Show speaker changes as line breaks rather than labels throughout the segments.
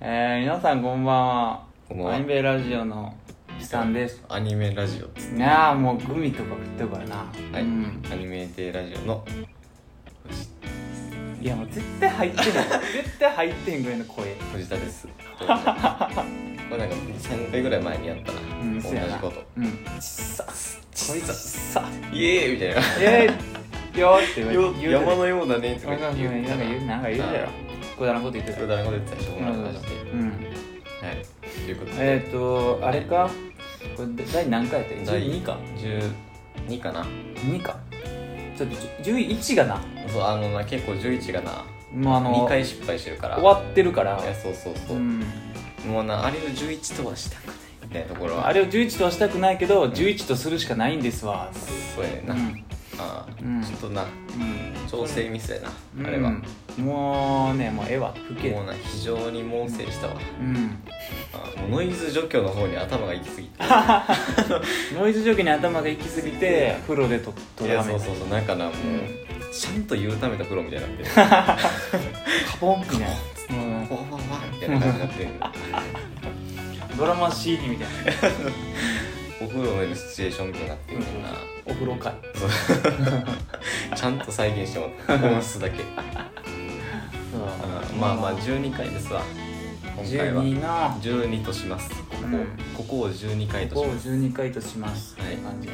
えー、皆さんこんばんは
こんばんは
アニメラジオの時間です
アニメラジオっつ
いやーもうグミとか食ってるからな
はい、
うん、
アニメテラジオの
いやもう絶対入って ない絶対入ってへんぐらいの声
藤田ですこれなんか3回ぐらい前にやったな、
うん
同
そ
じ
やな
こと
うんちっさこいつちっさ
イエーイみたいな
えー、よーって言わ
よ
れて言う
山のようだねとか
なんか言うなんか言うなんか言うだろくだらんこと言ってた
くだらんこと言ってたでしょこんな話して
うん
はいということで
えっ、ー、とあれかこれ第何回やった
第
12か
12かな
2かちょっと11がな
そうあのな結構11がな
もうあ
2
の
回失敗してるから
終わってるから
いやそうそうそうう、
ん
もうなあれを11とはしたくないみたいなところは
あれを11とはしたくないけど11とするしかないんですわ
そうやねん
う
な、
ん
ああ、
うん
ちょっとな
うん
調整ミスやな、
うん
あれは、
もうねもうええわ吹け
もうな非常に猛省したわ、
うん
ああもうノイズ除去の方に頭が行き過 ぎて
ノイズ除去に頭が行き過ぎて風呂でとと
い
ら
や
め
そう
た
そうそうなんかなも
う
う、
ん
ちゃんと言うためた風呂みたいにな ってる
カポンみたいな
わわわみたいな感じになってる
うんドラマ CD みたいな
お風呂のシチュエーションみたいになってるねんな、
お風呂会
ちゃんと再現してもらった本数だけあ
そう
あまあまあ12回ですわ今回は
12な
12としますここ,、
うん
ここを12回と
こ
し
こを
ます
12回とします
はい
って感じ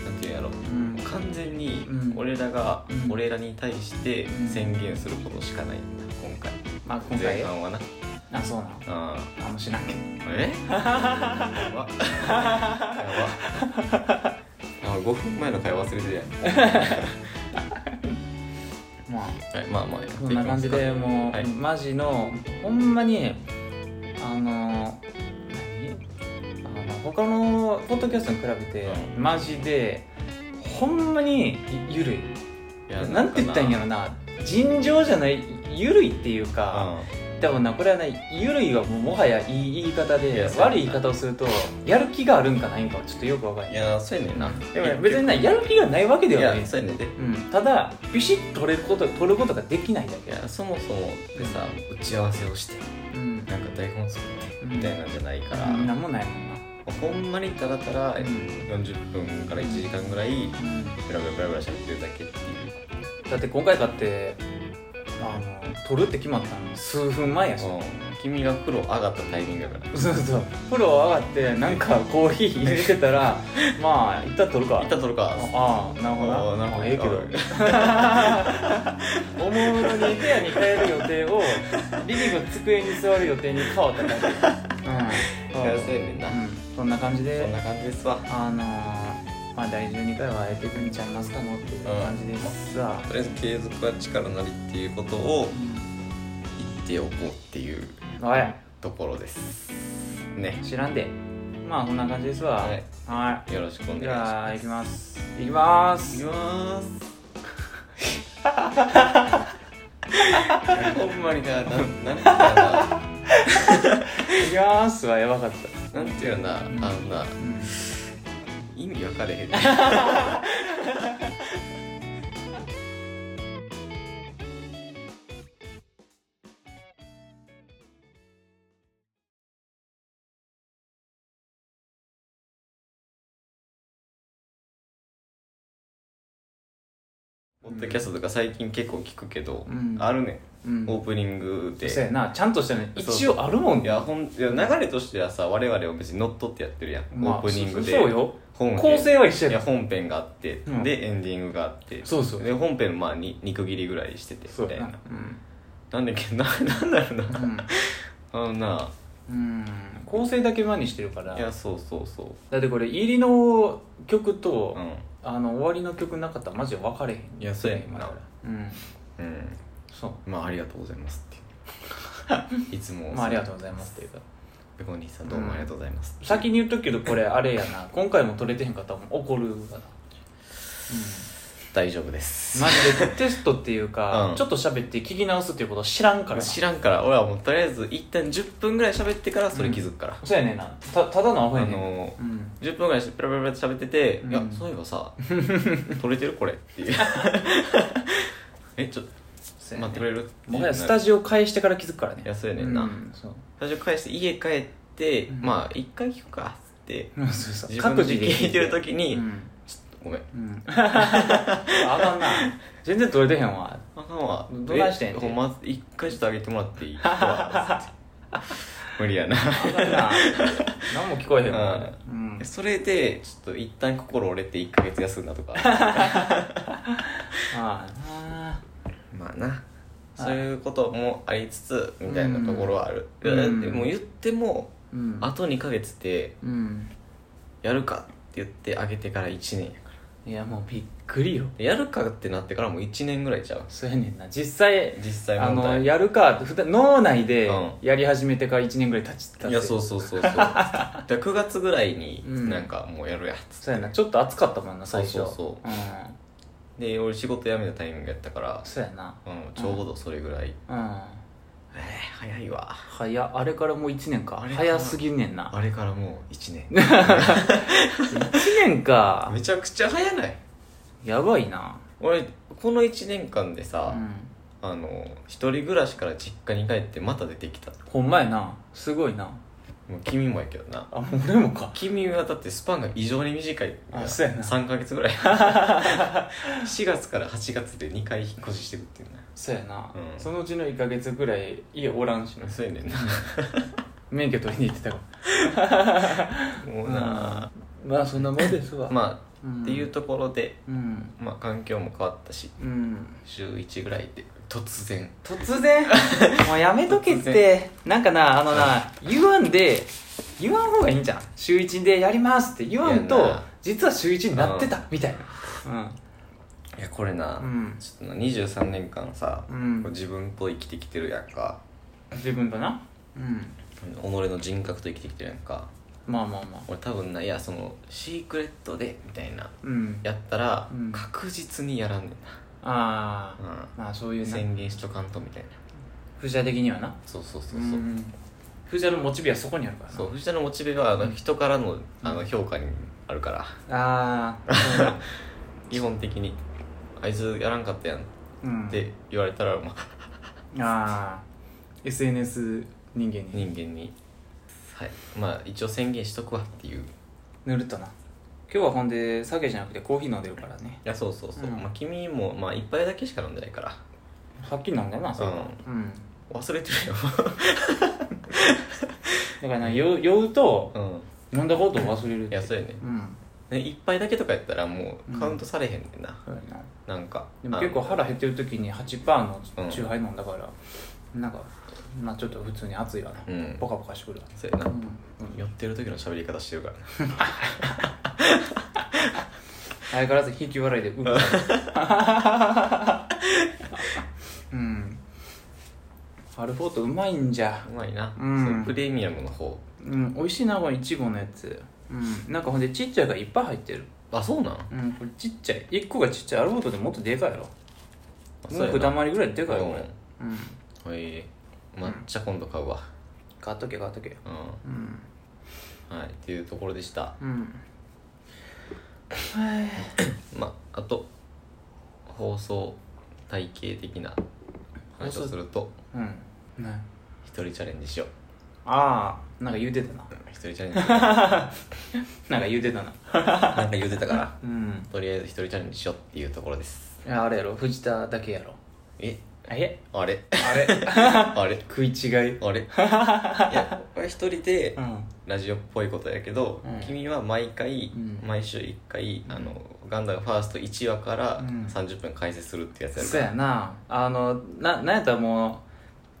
なんていうんやろ
うん
完全に
うん
俺らが
うん
俺らに対して
うん
宣言することしかないんだ今回
まあ今回
前半はな
あそうなの
あ
あもうしなきゃ
ー えやばやばあ5分前の会話忘れてるやん、
まあ
はい、まあまあやってい
こ
き
んな
ま
感
す
じ
か
でもう、
はい
マジのほんまにあの何あの他のポッドキャストに比べて、マジでほんまにゆるい
いや
なんて言ったらいいんやろな尋常じゃないゆるいっていうか、多分なこれはねゆるいはもうもはやいい言い方
い
で
やそうやな
悪い言い方をするとやる気があるんかないんかはちょっとよくわかん
う
なんい
いやそうやねんな
でもね別になやる気がないわけ
い
ではない
やそうやねんで
うん、ただビシッと取れること取ることができないだ
い
けだ
や、そもそもでさ打ち合わせをして
うん
なんか台本作って
うん
みたいなんじゃないから、
うんなんもないもんな
ほんまにたらたら
うん
40分から1時間ぐらいベラベラベラベラしゃってるだけっていう
だって今回だってあの取るって決まったの数分前やし、
君が風呂上がったタイミングだから
そうそう風呂上がってなんかコーヒー入れてた らまあ一旦取るか
一旦取るか
ああなるほど
あ
な
なるほど
あええけど おもむろに部屋に帰る予定をリビングの机に座る予定に変わった 感じ、うん
いやそうやねんな、
うん、そんな感じ
そ
で
んな感じですわ
あのー、まあ第12回はやっていくんちゃいますかのっていう感じですが、
とりあえず継続は力なりっていうことを
うん
言っておこうっていう
おい
ところですね
知らんでまあこんな感じですわ
は
はい
よろしくお願い
い
し
じゃ
ま
あ
す
行きます行きます
いきます ほんまにな、なん、なんていうかな、
行きますはやばかった
なんていうかな、あ
ん
のな、
うん
意味わかれへん。ポッドキャストとか最近結構聞くけど、
うん
あるね
うん
んオープニングで
そうやなちゃんとしたね
そう
一応あるもん
いやほんいや流れとしてはさ我々は別に乗っ取ってやってるやん、
まあ
オープニングで
そうそうよ
本編
構成は一緒
い
や
や
か
本編があって、
うん
でエンディングがあって
そうそう
で本編まあに2区切りぐらいしてて
ら
み
そう
たい
や
な
な
なんだっけな なんだろうな、
うん
あのな
うん、うん、構成だけ前にしてるから
いやそうそうそう
だってこれ入りの曲と、
うん
あの終わりの曲なかったらマジで分かれへん
いやそうやねん
今
な
からうん
うん
そう
まあありがとうございますって いつも
まあありがとうございますっていうか
ベコニーさんどうもありがとうございます、
先に言っとくけどこれあれやな今回も取れてへんかったら怒るかな
大丈夫です
マジでテストっていうか、
うん
ちょっと喋って聞き直すっていうことを知らんからな
知らんから俺はもうとりあえず一旦10分ぐらい喋ってからそれ気づくから、
そうやねんなたただのアホや
あ
ねん、
のー
うん、
10分ぐらいしペラペラペラって喋ってて、
うん
いやそういえ ばさ撮れてるこれっていうえちょっと
そうやね
待ってくれる
もはやスタジオ返してから気づくからね
いやそうやねんな、
うんそう
最初返して家帰って、
うん
まあ一回聞くかっつって
うんそうそう
自分で聞いてる時に、
うん
ごめん
うん あかんな全然取れてへんわ
あかんわ
どないしてん
え
て
ほんま一回ちょっとあげてもらっていいわっつって無理やな
あかん な何も聞こえへんわうん
それでちょっと一旦心折れて1ヶ月休んだとか
ああなあ
まあなそういうこともありつつみたいなところはある、
うん
だってもう言っても
うん
あと2ヶ月で
うん
やるかって言ってあげてから1年やから
いやもうびっくりよ
でやるかってなってからもう1年ぐらいちゃう
そうやねんな実際
実際
あ
問題
のやるかってふた脳内で
うん
やり始めてから1年ぐらい経ちた
いやそう
う
そう そうそうだから9月ぐらいに
うん
なんかもうやるやっつ
そうやなちょっと暑かったもんな最初
そうそう
うん
で俺仕事辞めたタイミングやったから、
そうやな
うん、ちょうどそれぐら
うん
い、えー、早いわ
早あれからもう1年か
あれから
早すぎんねんな
あれからもう1年
1年か
めちゃくちゃ早ない
やばいな
俺この1年間で
う
さ、
ん
あの一人暮らしから実家に帰ってまた出てきた
ほんまやなすごいな
もう君もやけどな
あもう俺もか
君はだってスパンが異常に短い
あそうやな
3ヶ月 ぐらい4月から8月で2回引っ越ししてるっていうな
そうやな、
うん
そのうちの1ヶ月ぐらい家おらんしな
そうやねんな
免許取りに行ってたから
もうな、
うんまあそんなもんですわ、
まあ、
うん
っていうところで、
うん
まあ、環境も変わったし
うん
週1ぐらいで突然
突 然もうやめとけってなんかなあのな言わんで言わん方がいいんじゃん週1でやりますって言わん
いや
と
な
実は週1になってたみたいな
えこれな、
うん
ちょっとな23年間さ、
うん
こう自分と生きてきてるやんか
うん自分だなうん
己の人格と生きてきてるやんか
まあまあまあ
俺多分ないやそのシークレットでみたいな
うん
やったら、
うん
確実にやらんねん
ああ
な、
まあそういうな
宣言しとかんとみたいな
藤田的にはな
そうそうそうそう、
ん藤田のモチベはそこにあるからな
そう藤田のモチベはあの人からの,、あの評価にあるから
あ あ
基本的にあいつやらんかったやんっ
うん
て言われたら、まあ、
ああ SNS 人間に
人間に、はい、まあ一応宣言しとくわっていうい
ぬるっとな今日はほんで酒じゃなくてコーヒー飲んでるからね
やそうそうそう、
うん
まあ君もまあ一杯だけしか飲んでないから
さっき飲んだよなそれうん、
忘れて るよ
だからな酔う酔うと
う
飲んだことを忘れるっ
んい
て
やそうやね
うん
ね一杯だけとかやったらもうカウントされへんねんな、
そうやな
なんか
でも結構腹減ってる時に8パーのチューハイ飲んだから、なんかまあちょっと普通に熱いわな、
うん
ポカポカしてくるわ
そうやな、
うん
寄ってる時の喋り方してるからな
相変わらず引き笑いでうっ うんアルフォートうまいんじゃ
うまいな、
うん
そうプレミアムの方
うん美味しいなこのいちごのやつうんなんかほんでちっちゃいがいっぱい入ってる
あそうなんあ
うんこれちっちゃい1個がちっちゃいアルフォートでもっとでかいやろ
そう
もう
や
ふ
な
だまりぐらいでかいよ
うん
これうん
はい、抹茶今度買うわ
買っとけ買っとけ
うん、
うん
はいっていうところでした
うん
まああと放送体系的な話をすると
うんね
一人チャレンジしよう
ああなんか言うてたな
一人チャレンジしよ う
なんか言うてたな
なんか言うてたから
うん
とりあえず一人チャレンジしようっていうところです
いやあれやろ藤田だけやろ
え
え
あれ
あれ
あれ
食い違い
あれいや俺一人で
うん
ラジオっぽいことやけど、
うん
君は毎回、
うん
毎週1回あのガンダムファースト1話から
うん
30分解説するってやつやるか
そう
ら、
やなあのななんやったらもう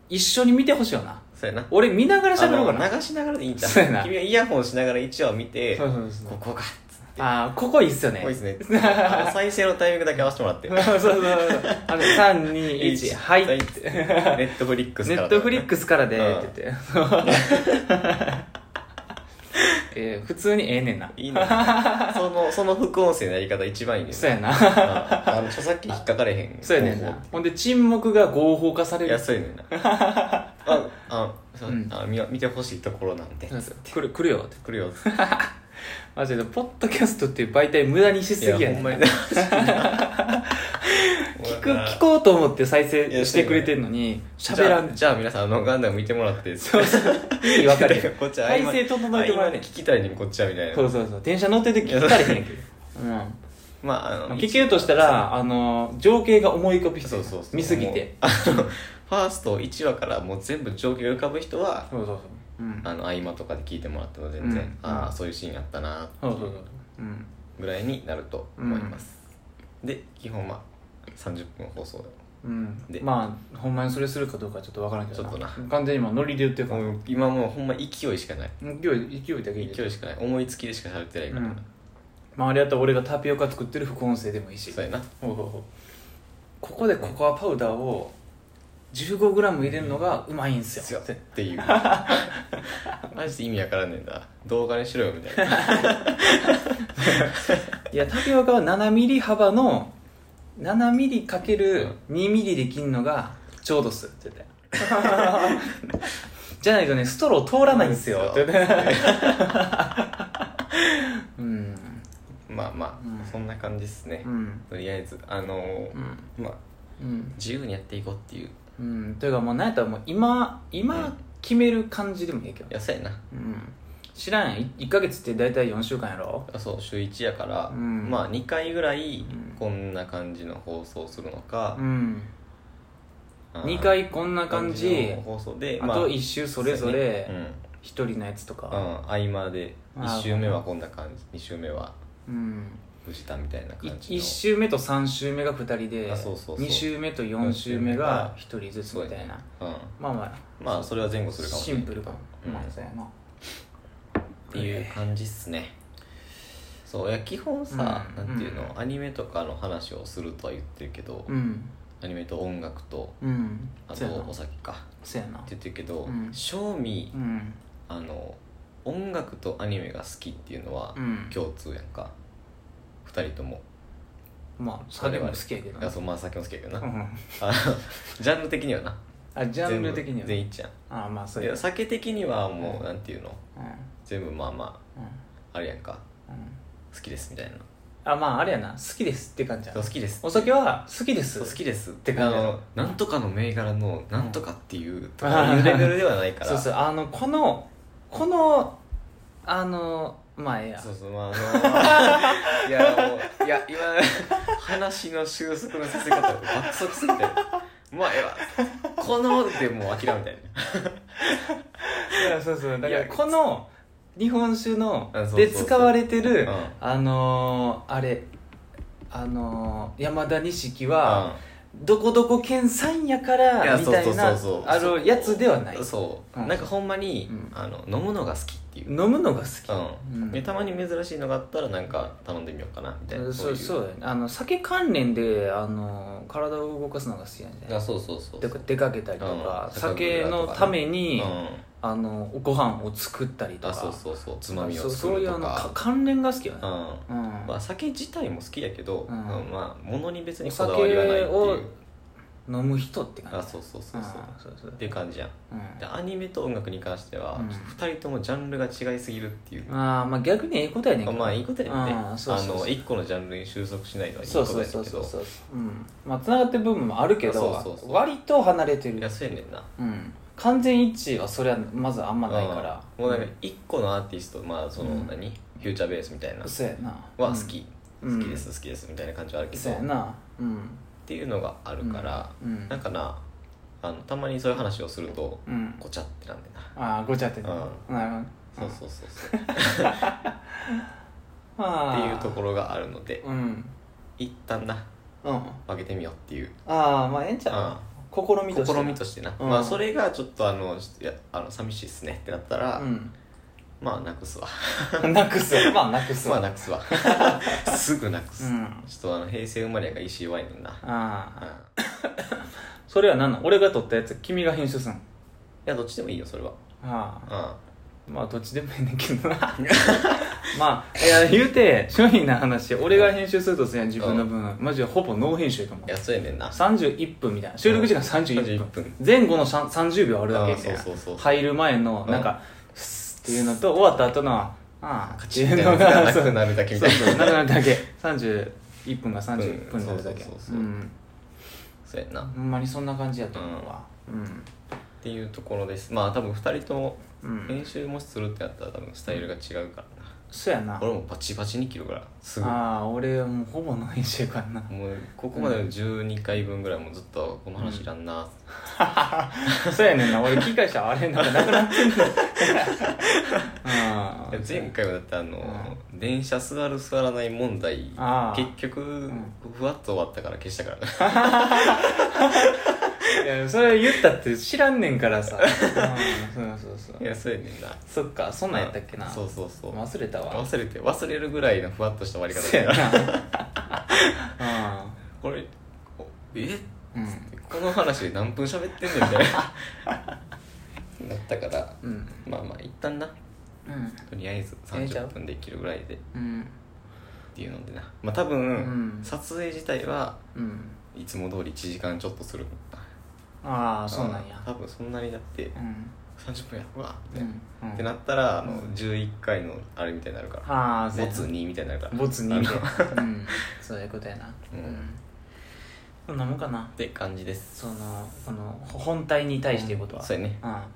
一緒に見てほしいよな
そうやな
俺見ながら喋ろうか
あ
な
の流しながらでいいんだ
そうやな
君はイヤホンしながら1話を見て
そうそうそう
ここか
ああここいいっすよね
多いですねあの再生のタイミングだけ合わせてもらって
そうそうそうあの321はい
ネ
ネ
ットフリックスから
ットフリッ
ク
クスからでって言って えー普通にええねんない
いなそのその副音声のやり方一番いいね
そうやな
ああの著作権引っかかれへん
そうやねんなほんで沈黙が合法化される
安いね んなああそう
うん
あ見見てほしいところなんで
そうそう来る来るよって
来るよ
マジでポッドキャストっていう媒体無駄にしすぎやねん
いやほんまに
聞聞く聞こうと思って再
いや
生してくれてんのに喋らん
じゃあじゃあ皆さんあのガンダム見てもらって
そうそう意味わかる
こっちは
体勢整えてもらえ
ね
ね
聞きたいにこっちはみたいな
そうそうそう電車乗ってて聞かれへんけどうん
まああ
ま
の
あ聞けるとしたらあの情景が思い浮かぶ人
そうそうそう
見すぎて
もうあのファースト1話からもう全部情景が浮かぶ人は
そうそうそううん
あの合間とかで聞いてもらっても全然、
うん
ああそういうシーンあったなって
そうそうそううん
ぐらいになると思います、で基本まあ30分放送
うん
で
まあほんまにそれするかどうかはちょっとわからんけど
ちょっとな
完全に今ノリで言ってるから
もう今もうほんま勢いしかない
勢い勢いだけで
勢いしかない思いつきでしか喋ってないか
う
ら、
んまああれやったら俺がタピオカ作ってる副音声でもいいし
そうやな
ほうほうほうここでココアパウダーを 15g 入れるのがうまいんすよ
っていうマジで意味わからんねんだ動画にしろよみたいない
やタピオカは 7mm 幅の 7mm×2mm で切るのがちょうどっすって言ってじゃないとねストロー通らないんですよって言ってうん
まあまあ、
うん
そんな感じですね、
うん
とりあえずあのー
うん
まあ
うん
自由にやっていこうっていう
うんというかもう何やったらもう今
うん
今決める感じでもいいけど
やさやな
うん知らんやん1ヶ月って大体4週間やろ
あそう週1やから、
うん
まあ2回ぐらい
うん
こんな感じの放送するのか
う、ん
あー
2回こんな感じ
の放送で、
あと1週それぞれ
そうやね
1人のやつと
うん、う
か
ん、合間で
あー
1週目はこんな感じ2週目は
うん
藤田みたいな感じの
1週目と3週目が2人で
あそうそうそう
2週目と4週目が1人ずつみたいな
うん、
まあま
まあそれは前後
あ
するかもし
シ
れな
ン
い
プルかも
うん
まあそうやな
っていう感じっすねそういや基本さ、
うん
なんていうの、
う
アニメとかの話をするとは言ってるけど、
うん
アニメと音楽と
うん
あと
そうやな
お酒か
そうやな
って言ってるけど、
うん
正味
うん
あの音楽とアニメが好きっていうのは
うん
共通やんか、二人とも
まあ酒も好きやけど
いや
な
そうまあ酒も好きやけどな、
う
あ
ん
の ジャンル的にはな
あジャンル的に
全部
は
全員一致や
ああまあそ
ん
う
い
や
や酒的にはもう、なんていうの
うんうん
全部まあまああれやんか
うん
好きですみたいな
あまああれやな好きですって感じや
そう
な
好きです
お酒は好きです
そう好きですって
感じ
あ
やろ
のなんとかの銘柄のなんとかっていう とかいうレベルではないから
そうそうあのこのこのあのまあええや
そうそうまああの いやもういや今話の収束のさせ方が爆速すぎてまあええわこのでもう諦めたい
いやそうそうだか
いや
らこの日本酒の
あそうそう
で
そう
使われてる
な、うん
あのーあれあのー山田錦は
あ
どこどこ県産やからみたいなあのやつではない
そう、
うん
なんかほんまに、
うん
あの飲むのが好きっていう、
飲むのが好き
うん
うん
でたまに珍しいのがあったらなんか頼んでみようかなみたいな
そう
い
そうやねあの酒関連であの体を動かすのが好きなんじゃない
あそうそうそう
で出かけたりとか、
うん
酒のため
うん
に、あのご飯を作ったりとか
あそうそうそうつまみ
そ
を
うそ
作
ういう
ると
あのか
か
関連が好きよ
う
ね
ん、
うん、
まあ、酒自体も好きやけど、
うん
うんまあ物に別にこだわりはないって
お
い
酒
う
を飲む人って感じ
あそうそうそうそ
ん
う、
そうそう
っていう感じやん
うん
でアニメと音楽に関しては、
うん
二2人ともジャンルが違いすぎるっていう、
あーまあ逆にええことやねんけど
まあいいことやね
うんそうそうそう
あの1個のジャンルに収束しないのはいい
そ
こ
う
と
そう
やねん
そう
け
そう
ど
そううんまあつながってる部分もあるけど
そうそうそう
割と離れてる
安いねんな
うん完全一致はそれはまずあんまないから
うんもうなんか1個のアーティストまあその
うん
何、フューチャーベースみたいな
そうやな
は好き、
うん
好きです好きですみたいな感じはあるけ
そう
ど、
や
っ
なうん
ていうのがあるから、
うん
なんかなあのたまにそういう話をすると
うん
ごちゃってなんでな
ああごちゃってた
う
なるほど
そうそうそうそうっ
まあ
ていうところがあるので
うん
一旦な
うん
分けてみようっていう、
ああまあええんち
うん
ゃう試みとして
試みとしてな、
うん
まあそれがちょっとあのいやあの寂しいっすねってなったら、
う
まあなくすわ
ん なくすわまあなくす
まあ
わ
なくす わすぐなくす、
うん
ちょっとあの平成生まれやが石弱いねんな、
あ
うん
あ
い
それは何なの俺が撮ったやつ君が編集すんの
やどっちでもいいよそれは
ああ
うん
まあどっちでもいいねんけど なまあいや言うて商品の話俺が編集するとすやん自分の分マジでほぼノー編集かも
いやそうやねんな
31分みたいな収録時間31
31
分
分
前後のさん30秒あるだけみたいな
あそうそうそう
入る前のなんか「スッ」っていうのと終わった後の「ああ」って
勝ち
い
みた
う
い
の
なやつが
が
な
そう
くなるだけみたいな
そうそうなくなるだけ31分が30分になるだけ
うんそうそうそううそうん そうやんなっ
ほんまにそんな感じやと思うわうん
ていうところですまあ多分2人とも
うん、
練習もしするってやったら多分スタイルが違うからな、
そうやな
俺もバチバチに切るからすぐ
ああ俺もうほぼの練習かな
もうここまでの12回分ぐらいもうずっとこの話いらんな、
そうやねんな俺機械車あれなんかな くなってんの
いや前回はだってあの、電車座る座らない問題
あー
結局、
ん
ふわっと終わったから消したから
いやそれ言ったって知らんねんから さ、うん、そうそうそう
いやそうやねんな
そっかそんなんやったっけな
そうそうそう
忘れたわ
忘れて忘れるぐらいのふわっとした終わり方
そう
だ
や
から
な
これおえ
うん
この話で何分喋ってんねんみたい ななったから
うんうん
まあまあ一旦な
うん
とりあえず
ええじゃん
30分できるぐらいでっ
うん
ていうのでなまあ多分、
うん
撮影自体は
うん
いつも通り1時間ちょっとする
ああそうなんや
多分そんなにだって
うん
30分やうわみ
う
たいな、
んうん
ってなったらあの
うん
11回のあれみたいになるから
ああ
ボツ2みたいになるから
ボツに
あ
み
の
たい
っ
なうんそういうことやな
うん
そんなもんかな
て感じです
そのこの本体に対していうことは
そうやね
うん
あ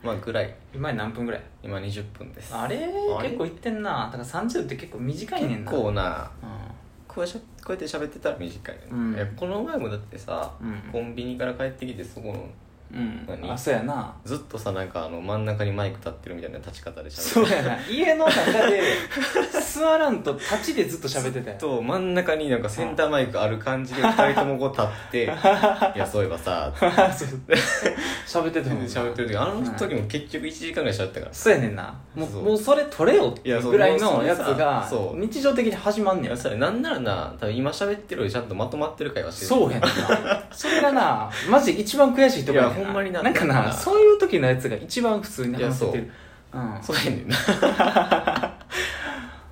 まあぐらい
今何分ぐらい
今20分です
あれ
あれ
結構いってんなだから30って結構短いねん
結
な
構な
う
こうやしゃこうやって喋ってたら短いよね、
うん
いやこの前もだってさ
ん
コンビニから帰ってきてそこの
うん、うん、
何
あそうやな
ずっとさなんかあの真ん中にマイク立ってるみたいな立ち方で喋
そ
っ
うやな家の中で座らんと立ちでずっと喋ってた
て
よ
と真ん中になんかセンターマイクある 感じで2人ともこう立って「いやそういえばさ」って
そう 喋ってたもんな
喋ってる時あの時も結局1時間ぐらい喋ったから
そうやねんなもう
そう
もうそれ取れよって
いやそう
ぐらい
も
の
う
やつが
そうそう
日常的に始まん
い
ね
や
ん
それなんならな多分今喋ってるよりちゃんとまとまってる会話してる
そうやねんなそれがなマジ一番悔しいとこやね
いやほんまに
な
なん
かなそういう時のやつが一番普通に話せてるうん
そうやねんな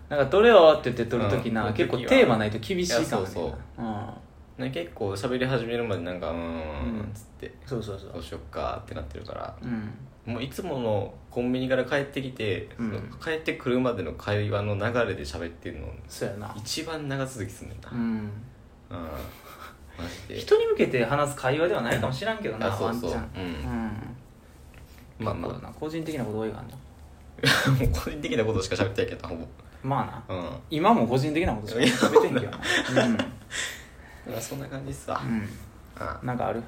なんか「取れよ」って言って取る時な、
うん
結構テーマないと厳しいかもね
いやそうなんか結構喋り始めるまでなんかうーんっつって
そう,、ん、そうそうそ
ど
う
うしよっかってなってるから
うん
もういつものコンビニから帰ってきて、
うん
その帰ってくるまでの会話の流れで喋ってるの
そうやな
一番長続きすんねんな
う
うん
ん
マジで
人に向けて話す会話ではないかもしらんけどな
あそ
ワ
う
ンち
そう
ゃん
う
うんん
まあ
結
ま
構だな個人的なこと多いからな
あもう個人的なことしか喋ってないけどなほぼ
まあな
うん
今も個人的なことしか喋ってんけどな
だからそんな感じっすわ
うん、うん
あ
なんかある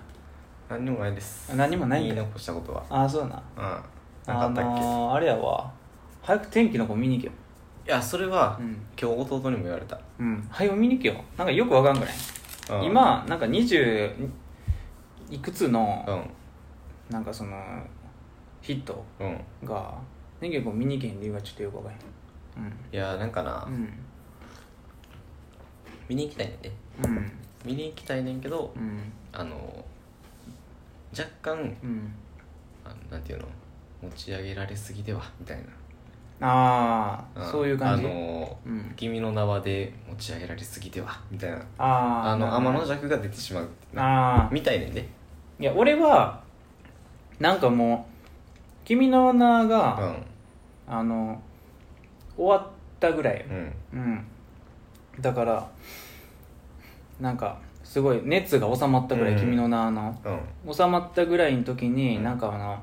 何にもないです
何もないん
言
だ
い残したことは
ああそうだな
うんなか
あ
ったっけ、
のー、あれやわ早く天気の子見に行けよ
いやそれは、
うん
今日弟にも言われた、
うん早く見に行けよなんかよくわかんぐらい
うん、
今なんか20いくつ
う
の
ん
なんかそのヒット
うん
が天気の子見に行けへん理由がちょっとよくわかんへん
いやなんかな、
うん
見に行きたいねんで
うんうん
見に行きたいねんけど
うん
あの若干
うん
あのなんていうの持ち上げられすぎではみたい
ああ、
な、ん
そういう感じ
あの
うん
君の名はで持ち上げられすぎではみたいな
あー
あ
な
の
るほ
天
ど
の弱が出てしまうってな
ああ
みたいねんで
いや俺はなんかもう「君の名
う
が」
ん
あの終わったぐらい
うん
うんだからなんかすごい熱が収まったぐらい「
うん
君の名の」
うん
収まったぐらいの時に、
うん
なんかあの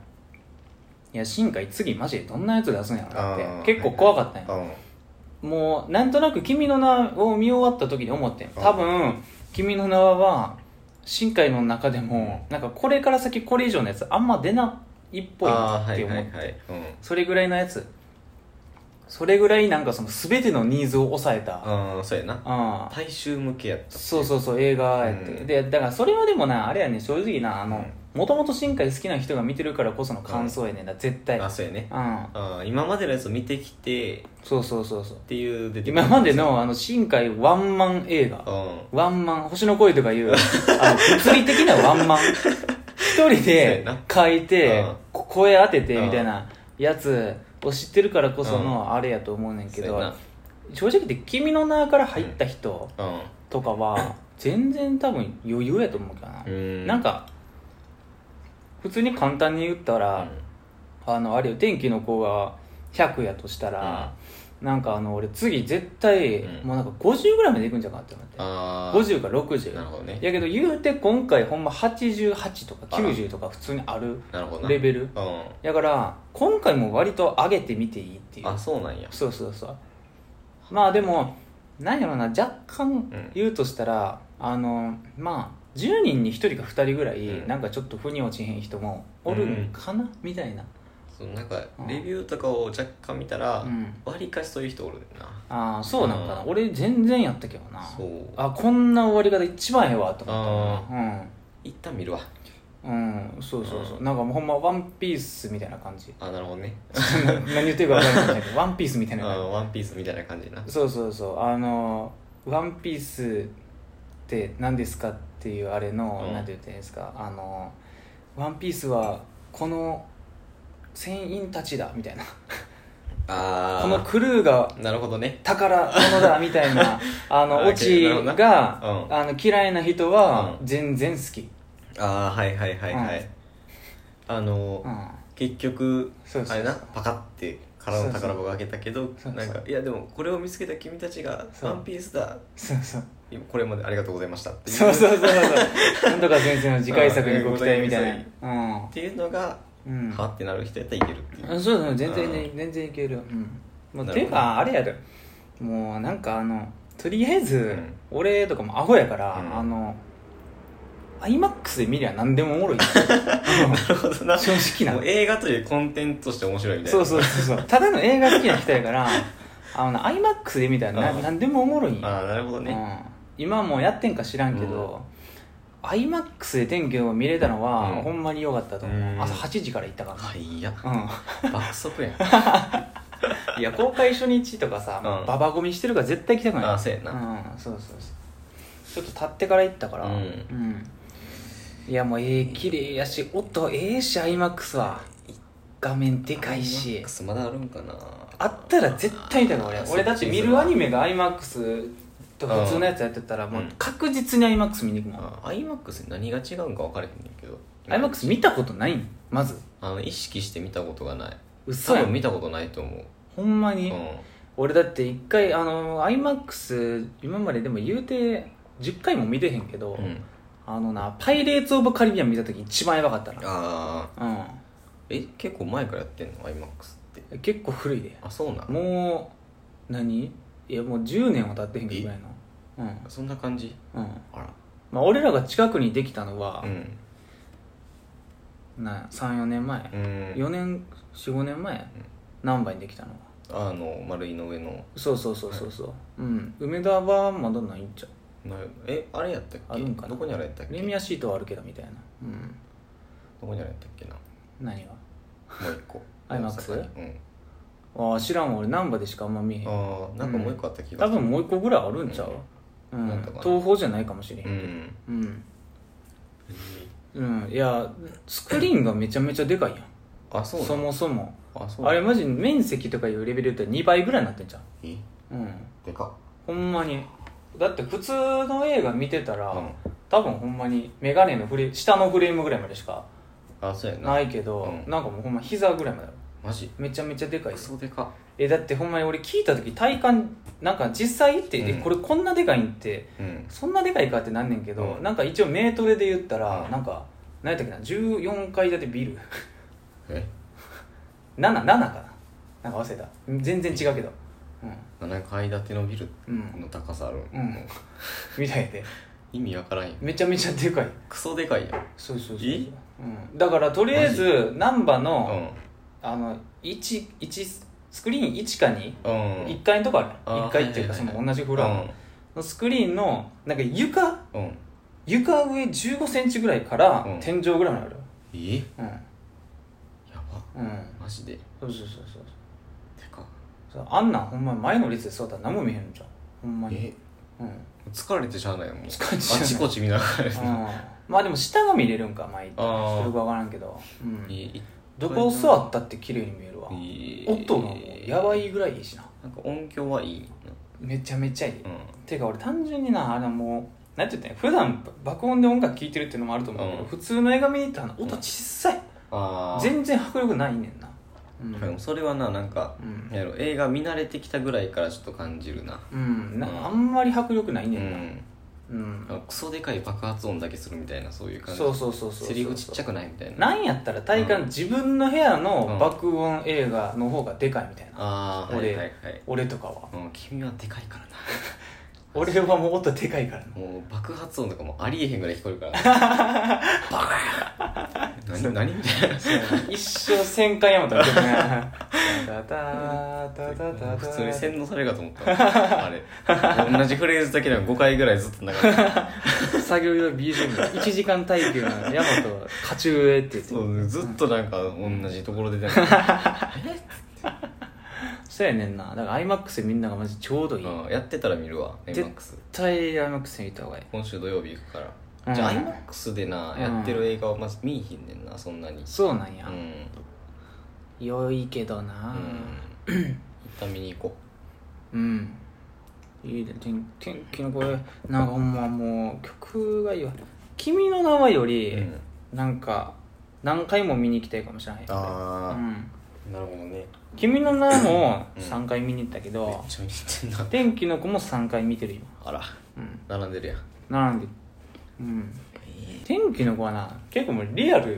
いや新海次マジでどんなやつ出すんやろな
あ
っ
ー
て結構怖かったんや、
うん
もうなんとなく「君の名」を見終わった時に思ってん多分「君の名は」新海の中でもなんかこれから先これ以上のやつあんま出ないっぽい
あ
な
ー
っ
は
て
い
思
は
って、
いはいうん
それぐらいのやつそれぐらいなんかその全てのニーズを抑えた、
あーそうやな
ああ
大衆向けやった
そうそうそう映画やって、
うん
でだからそれはでもなあれやね正直なあ
う
の
ん
もともと新海好きな人が見てるからこその感想やねんな絶対
あそうやね
うん
あー今までのやつを見てきてっ
そうそうそうそう
ていう出てくる
今までのあの新海ワンマン映画
うん
ワンマン、星の声とかいう、あの、 物理的なワンマン。一人で書いて
うん、
こ声当ててみたいなやつを知ってるからこそのあれやと思うねんけ
そうや
ど、正直言って君の名から入った人
なうん
とかは、全然多分余裕やと思うかな。
うん
なんか、普通に簡単に言った
う
ら、
ん
あの、あれよ、天気の子が100やとしたら、なんかあの俺次絶対、
うん
もうなんか50ぐらいまでいくんじゃないかなって思っ
ああ
て50か60
なるほどね
やけど言うて今回ほんま88とか90とか普通にある
なるほどな
レベル
う
だから今回も割と上げてみていいっていうん
あそうなんや
そうそうそうまあでもなんやろな若干
うん
言うとしたら、あのまあ10人に1人か2人ぐらい、
うん
なんかちょっと腑に落ちへん人もおるんかな、みたいな
そのなんかレビューとかを若干見たら
うん
わりかしそういう人おるねんな
ああそうなんかな、
うん
俺全然やったけどな
そう
あこんな終わり方一番ええわと思
あ
ったな
一旦見るわ
うん、うん、そうそうそう、
う
なんかもうほんまワンピースみたいな感じ
あなるほどね
何言ってるか分からないけどワンピースみたい
あ
な感じ
ワンピースみたいな感じな
そうそうそうあの「ワンピースって何ですか?」っていうあれの、
うん
なんて言ってんですか「あのワンピースはこの船員たちだ」みたいな「
あ
この
あ
クルーが
なるほどね
宝物だ」みたい なあの
あー
オチ
なるほど
が、
うん
あの嫌いな人は
うん
全然好き、
ああはいはいはいは
うん
いあの
うん、
結局
そうそうそう
あれなパカって殻の宝箱が開けたけど
そうそう
なんかいやでもこれを見つけた君たちが「
そう
ワンピースだ
そうそう
今これまでありがとうございました」っていう
そうそう
っ
そうそうなんとか先生の次回作にご期待みたい な
ていうのが
うん、うん、
はってなる人やったらいけるっていう
あそうだね全然
う
ね全然いけるうん、まあ、
なるほど
ていうかあれやでもうなんかあのとりあえず、
ん
俺とかもアホやから、
うん
あの iMAX で見りゃ何でもおもろい
なるほどな
正直
も
な
う映画というコンテンツとして面白いみたいな
そうそうそうそうただの映画好きな人やからあの iMAX で見たらな
うん
何でもおもろいんや
ああなるほどね
うん、今もうやってんか知らんけど、iMAX で天気を見れたのは、
うん
ほんまに良かったと思う、
うん
朝8時から行ったか
あいや
らうん
爆速やん
いや公開初日とかさ、
うん
ババゴミしてるから絶対行きたくない
ああそうやな
うんそうそうそうちょっと立ってから行ったから
うん
んいやもうええ綺麗やし音ええし iMAX は画面でかいし
IMAX まだあるんかな
あったら絶対見たから俺
あー
俺だって見るアニメが iMAX と普通のやつやってたらもう確実に iMAX 見に行くもん、
あ IMAX に何が違うんか分からへんねんけど
iMAX 見たことないんまず
あの意識して見たことがない多
嘘や
分
ん
見たことないと思う
ほんま
う
に、
ん
俺だって一回あの iMAX 今まででも言うて10回も見てへんけど、
うん
あのなパイレーツ・オブ・カリビアン見た時一番やばかったな
ああ
う
え結構前からやってんの IMAX って
ん結構古いで
あそうなん
もう何いやもう10年は経ってへんぐらいの
そんな感じ
うんうん
あら
まあ俺らが近くにできたのは
う、ん
な34年前、
うん
4年45年前、何倍にできたのは
あの丸いの上の
そうそうそうそうそう、うん梅田はまあどんなんいっちゃう
なえあれやったっけ
あるんかな
どこにあれやったっけ
レミアシートはあるけどみたいなうん
どこにあれやったっけなも
何が
う一個
IMAX？
大阪にうん
ああ知らんわ俺難波でしかあんま見えへん
ああなんかもう一個あった気が
多
する
分もう一個ぐらいあるんちゃう、うん
なんとかな
東宝じゃないかもしれへ
うんん
うんうんいやスクリーンがめちゃめちゃでかいやん
あそうな
そ
の
もそも
あそうな
あれ
の
マジ面積とかいうレベルで言ったら2倍ぐらいになってんじゃん
え
うん
でかっ
ほんまにだって普通の映画見てたら、
うん
多分ほんまに眼鏡のフレ下のフレームぐらいまでしか
あそうやな
ないけど、
うん
なんかもうほんま膝ぐらいまである
マジ
めちゃめちゃでかい
クソでかっ
えだってほんまに俺聞いた時体感なんか実際行って、え
うん
これこんなでかいんって
うん
そんなでかいかってなんねんけど、
うん
なんか一応メートルで言ったら、
うん
なんか何やったっけな14階建てビル
え
77かななんか忘れた全然違うけどうん
7階建てのビル
うん
の高さある
うんみたいで
意味わからんよ
めちゃめちゃでかい
クソでかいやん
そうそうそう、
え
うん、だからとりあえず難波
う
の,、
ん
あの1 1スクリーン1かに
うん
1階のとこある、
あー
1階っていうか
はい
そ
はいはい
の同じフロアの、のスクリーンのなんか床
うんうん
床上1 5センチぐらいから
うん
天井ぐらいまで
え
ある
やば
うんうん
マジでで
そうそうそうそう
かっ
そうあんなんほんまに前の列で座ったら何も見えへんのじゃんほんまに
え
うん、うん、
疲れてしゃあないもんあ
疲れてしゃあない
ちこち見ながらや
まあでも下が見れるんか前行ったら
あー
ちょっとよく分からんけど、うん
な、いい
どこを座ったって綺麗に見えるわ
いい
音がもうやばいぐらいいいしな
なんか音響はいい
めちゃめちゃいい、
うん
てか俺単純になあれもうなんて言ったんや普段爆音で音楽聴いてるっていうのもあると思うけど、
うん
普通の映画見に行ったら音小さい、
ああ
全然迫力ないねんなうん
でもそれはななんか
うん
やろ映画見慣れてきたぐらいからちょっと感じるな
うんなあんまり迫力ないうねんなんうん、
なんかクソでかい爆発音だけするみたいなそういう感じ
そうそうそうそう
セリフちっちゃ
く
くないみたいな
なんやったら体感、
うん
自分の部屋の
うん
爆音映画の方がでかいみたいな、
ああは
俺
いはいはい、
俺とかは
うん、君はでかいからな
俺はもう音でかいからな
もう爆発音とかもありえへんぐらい聞こえる からバカーン何何みたいな
一生戦艦ヤマト見てる ねタタタタタタ
普通に洗脳されるかと思ったあれ同じフレーズだけでも5回ぐらいずっと流れてる
作業用 BGM が1時間耐久のヤマトは勝ち上って言って
そうずっとなんか同じところで出てない
そうやねんなだから iMAX でみんながマジちょうどいい、
うんやってたら見るわ
絶
IMAX
対 iMAX に行った方がいい
今週土曜日行くから、
うん
じゃあ IMAX でな
うん
やってる映画をまず見いひんねんなそんなに
そうなんや
うん、、
良いけど
う、
なん
一旦見に行こ
うん、いいね天天気のこれなんかほんまもう曲がいいわ「君の名は」よ
う、
り、なんか何回も見に行きたいかもしれない
あ
う
あ、
ん
なるほどね
君の名も
うん
3回見に行ったけど、
めっちゃ見てんな
天気の子も3回見てる今
あら
うん
並んでるやん
なんでうん天気の子はな結構もうリアル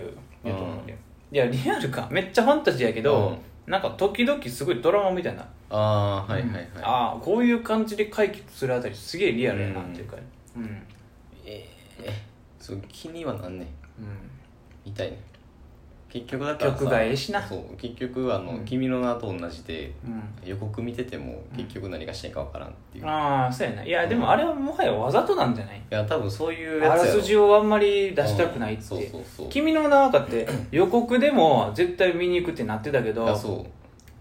やと思うんだよ、いやリアルかめっちゃファンタジーやけど、なんか時々すごいドラマみたいな
ああはいはいはい、
ああこういう感じで解決するあたりすげえリアルやなっていうかうん、うん
ええそう気にはなんねん痛いね結局だからさ
曲がええしな
そう結局あの、
うん
君の名と同じで
うん
予告見てても結局何がしていいかわからんっていう、い
ああそうやないやでもあれはもはやわざとなんじゃない
や多分そういう
あ
や
ら
つや
す
ろ
じをあんまり出したくないっ
うんそう
て
そうそう
君の名はかって予告でも絶対見に行くってなってたけ
いや
ど
そう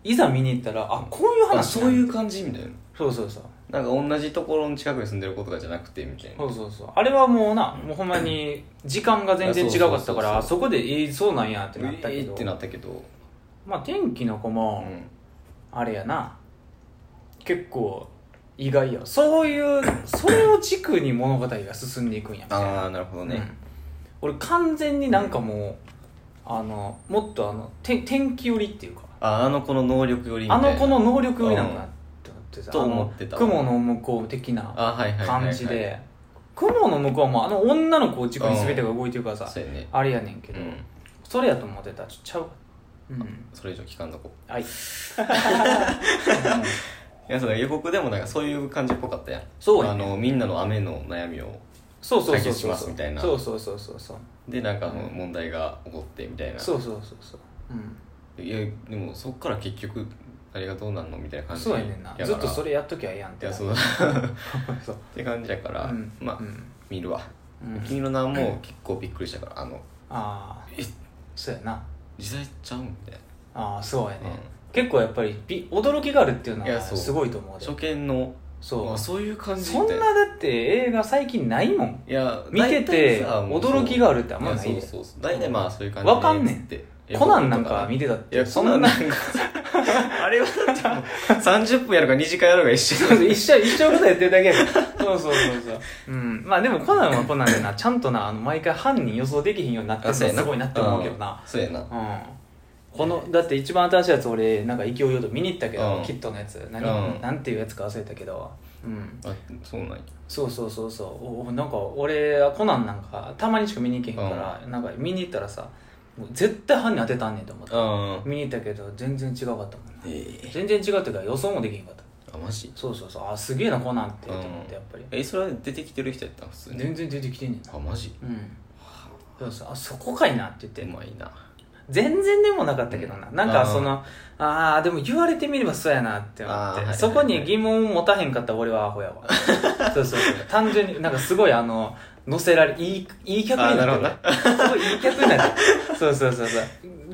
いざ見に行ったらあこういう
あ
話
そういうう感じみたいな
そうそうそう
なんか同じところの近くに住んでる子とかじゃなくてみたいな
そうそうそうあれはもうなもうほんまに時間が全然違かったからあ
そ
そこでえーそうなんやってなった
え
け
え
ど
ってなったけど、
まあ天気の子
う
も、
ん、
あれやな結構意外やそういうそれを軸に物語が進んでいくんやみたいな
ああなるほど
うん
ね、
俺完全になんかもう、あのもっとあのて天気寄りっていうか
ああの子の能力よりみた
あ
いな
の子の能力寄りなんかなって思ってさ、
と思ってた
あの雲の向こう的な
あはいはいはい、はい、
感じで、雲の向こうもあの女の子を軸に全てが動いてるからさ、
そうやね
あれやねんけ
う
ど、
ん
それやと思ってたちょちゃうわうん
それ以上聞かんとこ
はい
いやそう予告でもなんかそういう感じっぽかったやん
そうや
あ
ね
のみんなの雨の悩みを
そうそう
解
そう
決し
そう
ますみたいな
そうそうそうそうそう
でなんかその問題が起こってみたいな
そうそうそうそううん
いやでもそっから結局あれがどうなんのみたいな感じ
そうやねんなずっとそ
れ
れやっときゃええやんっ
い
て
や
な
そうって感じだから、
うん
まあ、
うん
見るわ、
うん
君の名も結構びっくりしたからあの
ああ
え
そうやな
時代ちゃうんみたいな、
ああそうやね
うん
結構やっぱりび驚きがあるっていうの
い
は
やそう
すごいと思うで
初見の
そ
あ
う
そういう感じ
そんなだって映画最近ないもん
いや
見てて
大体さもう
驚きがあるってあんまない
いや
で
そうそうそう大体まあそういう感じ
わかんねん
っつって
コナンなんか見てたっ
い
て
や
そ
そ
ん
ん
な
ななんか あれはだってもう30分やるか2時間やるか 一緒
そうそう一生一生ぐらいやってるだけやからそうそうそうそう、うん、まあでもコナンはコナンでなちゃんとなあの毎回犯人予想できひんようになってるのすごいなって思うけどな、
そうやな
うん、このだって一番新しいやつ俺なんか勢いよと見に行ったけど、
うん
キットのやつ何、
うん
なんていうやつか忘れたけどうん
あそうなんや
そうそうそうそうおなんか俺コナンなんかたまにしか見に行けへんから、なんか見に行ったらさもう絶対犯人当てたんねんと思って
うん
見に行ったけど全然違かったもんな
えー
全然違うっていうか予想もできへんかった
あマジ
そうそうそうあすげえなコナンってと思っ
う
て
ん
やっぱり
えそれは出てきてる人やったん普通に
全然出てきてんねんな
あマジ
うんそうそうあそこかいなって言って
うまいな
全然でもなかったけどな、なんかそのああーでも言われてみればそうやなって思
あー
っ
は
て、
いはいはい
そこに疑問を持たへんかったら俺はアホや わそうそうそう単純になんかすごいあの乗せられいいいい客になってるすごいいい客になってるそうそうそうそう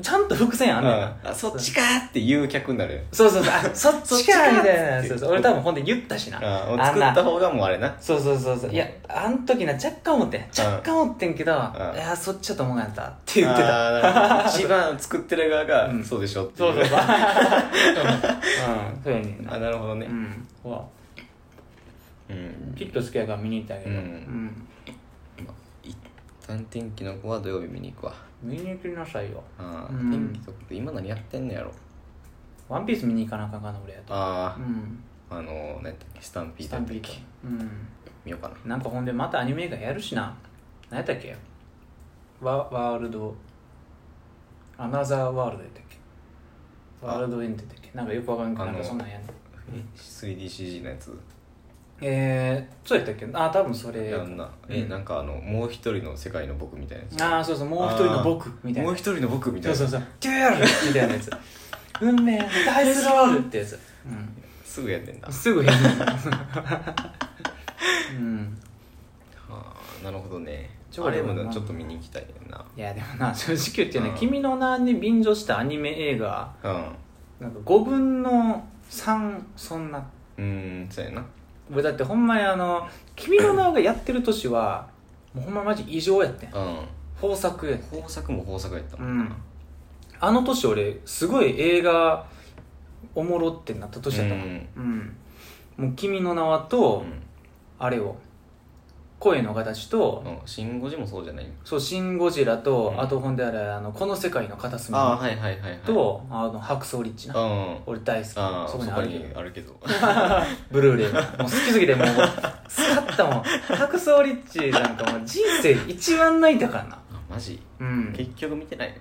ちゃんと伏線あんねんな、
あそっちかーって言う客になる
そうそうそうあそっ
そっ
ち
ちか
かみ
ー
たい
っ
な
て
そうそう俺多分ほんで言ったしな
あ
あん
作
な
った方がもうあれな
そうそうそうそういやあん時な若干思ってん若干思ってんけど、いやそっちやと思うやったって言ってた
あーな るほど一番作ってる側が、
うん
そうでしょって い
そうそうそう。うん、そうやねん
あ
な。
なるほど
う
ね
ん。わ
うん
きっと好きやから見に行ったけど。
う
うんん。
一旦天気の子は土曜日見に行くわ
見に行きなさいよ。
ああ、
うん
天気とかって今何やってんのやろ
ワンピース見に行かなあかんかな俺やと
あ
うん
ああの何やったっけスタンピー
ス
だ
タ
っ
ン
た
ピ
っ
ー
け
とうん
見ようかな
なんかほんでまたアニメ映画やるしな何やったっけワワールドアナザーワールドやったっけ
あ
ワールドエンドやったっけなんかよくわかんない
あ
なん
の
かそんなんやんねん
え 3DCG のやつ
えー、そうやったっけあ多分それ
やんなえ
うん
なんかあのもう一人の世界の僕みたいなやつ
ああそうそうもう一人の僕みたいな
もう一人の僕みたい
そう
な
そうそうデュエルみたいなやつ運命の大スロールってやつ、
すぐやんねんな
うん、すぐ変なうん
あーなるほどね
ちょう
あ
どい
れ
いな
もちょっと見に行きたいねんない
やでもな正直言ってね、
うん
君の名に便乗したアニメ映画
う
なんか5分の3そんなん
うーんそうやな
俺だってほんまにあの君の名がやってる年はもうほんまマジ異常やってん
う
豊作やってん
ん豊作も豊作やったもんな
あの年俺すごい映画おもろってなった年やったもん
うん
うん、もう君の名はと、あれを声の形と、
うんシン・ゴジもそうじゃない
そう「シン・ゴジラと」
うん
あとほんであれあの「この世界の片隅」
ああーはいはいはいはい
と「あの白草リッチな」
うん
俺大好き
ああ
そ
そ
こにあ
こ
る
にあるけど
ブルーレイもう好きすぎてもう使ったもん白草リッチなんかもう人生一番泣いたからな
あマジ
うん
結局見てない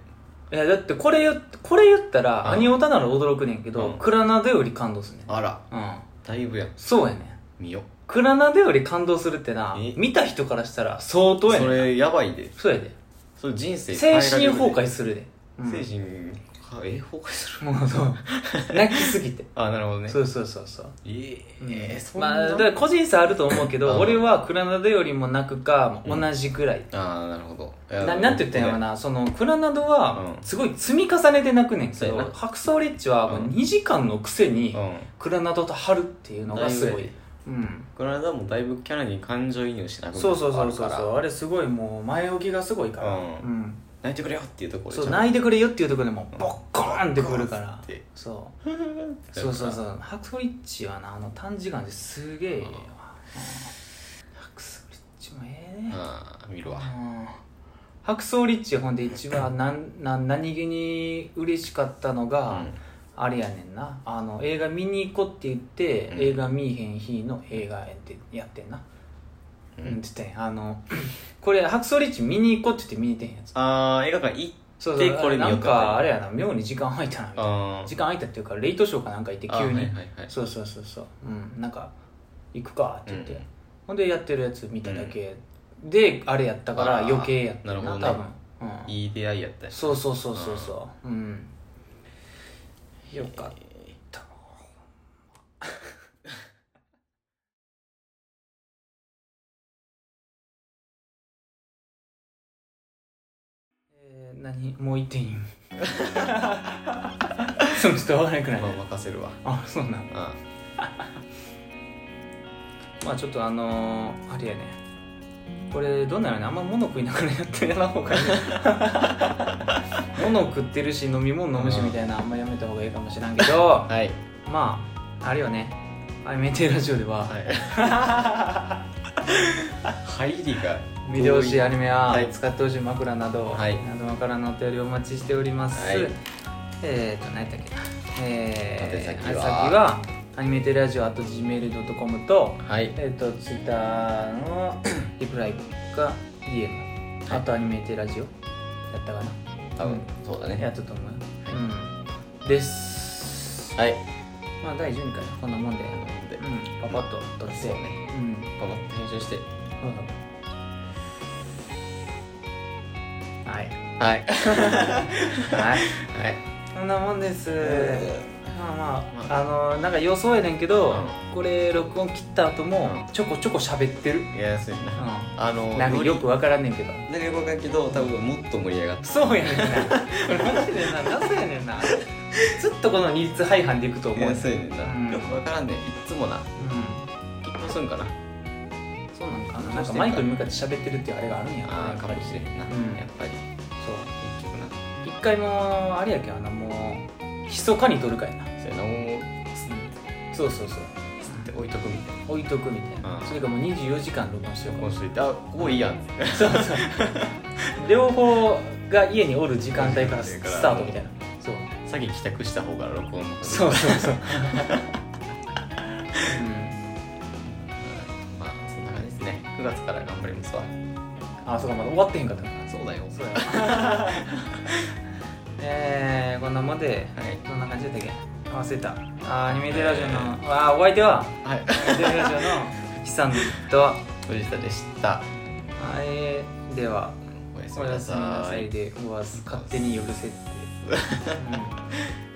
いやだってこれ言っこれ言った
うん
ら兄オタなら驚くねんけど、
うん
クラナドより感動するねん
あら
うん
だいぶやん
そうやねん
見よ
クラナドより感動するってな
え
見た人からしたら相当
そ
やねん
れやばいで
そうやで
それ人生変え
精
ら
神
れるで
崩壊するで、うん
精神かえ崩壊する
もうそう 泣きすぎて
あなるほどね
そうそうそうそう
え
う
え
ん
そんな
まあだから個人差あると思うけ
う
ど
ん
俺はクラナドよりも泣くか
うん
同じぐらい、
ああなるほどいや
ななんて言ったんやろなそのクラナドは
うん
すごい積み重ねて泣くねんけ
そう
ど、
やな
白草リッチはもう2時間のくせに
うん
クラナドと春っていうのがすご
だいぶや
い
ね、
うん、
この間もだいぶキャラに感情移入しなくな
そうそうそうそう
あ
そ
るか
う
ら
あれすごいもう前置きがすごいから、
うん
うん
泣いてくれよっていうところ
そう
い
泣いてくれよっていうところでもうボッコーンってくるから
って
そうそうそうそう白ソリッチはなあの短時間ですげえよ
うん
白ソリッチもええね
ああ見る
う
わ
ん白ソリッチほんで一番なんなん何気に嬉しかったの
う
が、
ん
あれやねんなあの映画見に行こうって言って、
うん
映画見えへん日の映画やってやってんな
う
うんん、って言ってんあの これ白ソリッチ見に行こうって言って見に行ってへんやつ
ああ映画館行っ
そう
で
そう
これ見
な
ようんか
かあれやな妙に時間空いたなみたいな
あ
時間空いたっていうかレイトショーかなんか行って急に、
はいはいはい
そうそうそうそううんなんか行くかって言って、
うん
ほんでやってるやつ見ただけであれやったから
あー
余計やった
なるほどね
多分、うん、
いい出会いやったし
そうそうそうそうそううんよかった なえー何もう言って いい んそうちょっとわからなくない、
まあ任せるわ
あそうなん
あ
まあちょっとあのー、あれやねこれどうなるねあんま物食いながらやってやらんほう がいい物食ってるし飲み物飲むしみたいなあんまやめたほうがいいかもしらんけど
あはい
まああれよねアイメンテイラジオでは、
はい 入りが
見てほしいアニメや、
はい
使ってほしい枕など、
はい
などからのお便りお待ちしております、
はい
えーと何やったっけなえー、
宛先は
宛先はアニメテイラジオ at gmail.com と
はい
えっ、と、ツイッターの リプライか DM、あとアニメーテラジオやったかな、
多分そうだ
や
ね
ったと思うよ、
はい
うん、です、
はい
まあ第12回こんなもんで、う
で
ん、パパッと撮って、
そうね
うん、
パパッと編集して
はい
は
は
い
い
はい
こんなもんです、まあまあ、
ま
あのなんか予想やねんけど、
うん
これ録音切った後も
うん
ちょこちょこ喋ってる、う、
いやそうやなんあの
なんかよくわからんねんけど
なんかよくわかんないけど多分もっと盛り上がった
そうやねんな。これマジでな、なぜやねんな。ずっとこの二律背反でいくと
い
思う。う
や
ん。
そうやねん
うん
なよくわからんねんいっつもな結婚するんかな
そうなのかな。なんかマイクに向かって喋ってるっていうあれがあるんや。
ああか
やっぱ
も
り
しれへんな
うん
やっぱり
そう。
結局な
一回もあれやけどな、もう密かに撮るかやな。
そうやなもう
そうそうそう。
つって置いとくみたいな
置いとくみたいな
う。ん
それかもう二十四時間録音しよう
こうしといてあここいいやんって
そうそう。両方が家におる時間帯からススタートみたいな。そう。
先帰宅した方が録音も
そうそう そう
まあそんな感じですね9月から頑張りますわ
あそうかまだ終わってへんかったな
そうだよ
そうや えー、こんなもんで
はい
どんな感じだったっけあ忘れたあーアニメテラジオの、あーお相手は
は
ア
い
ニメテラジオのヒさんと
藤田でした
えー、では
おやす
お
み
や
な
すみな
さ
さ
い
いで終わず勝手に夜設定、うん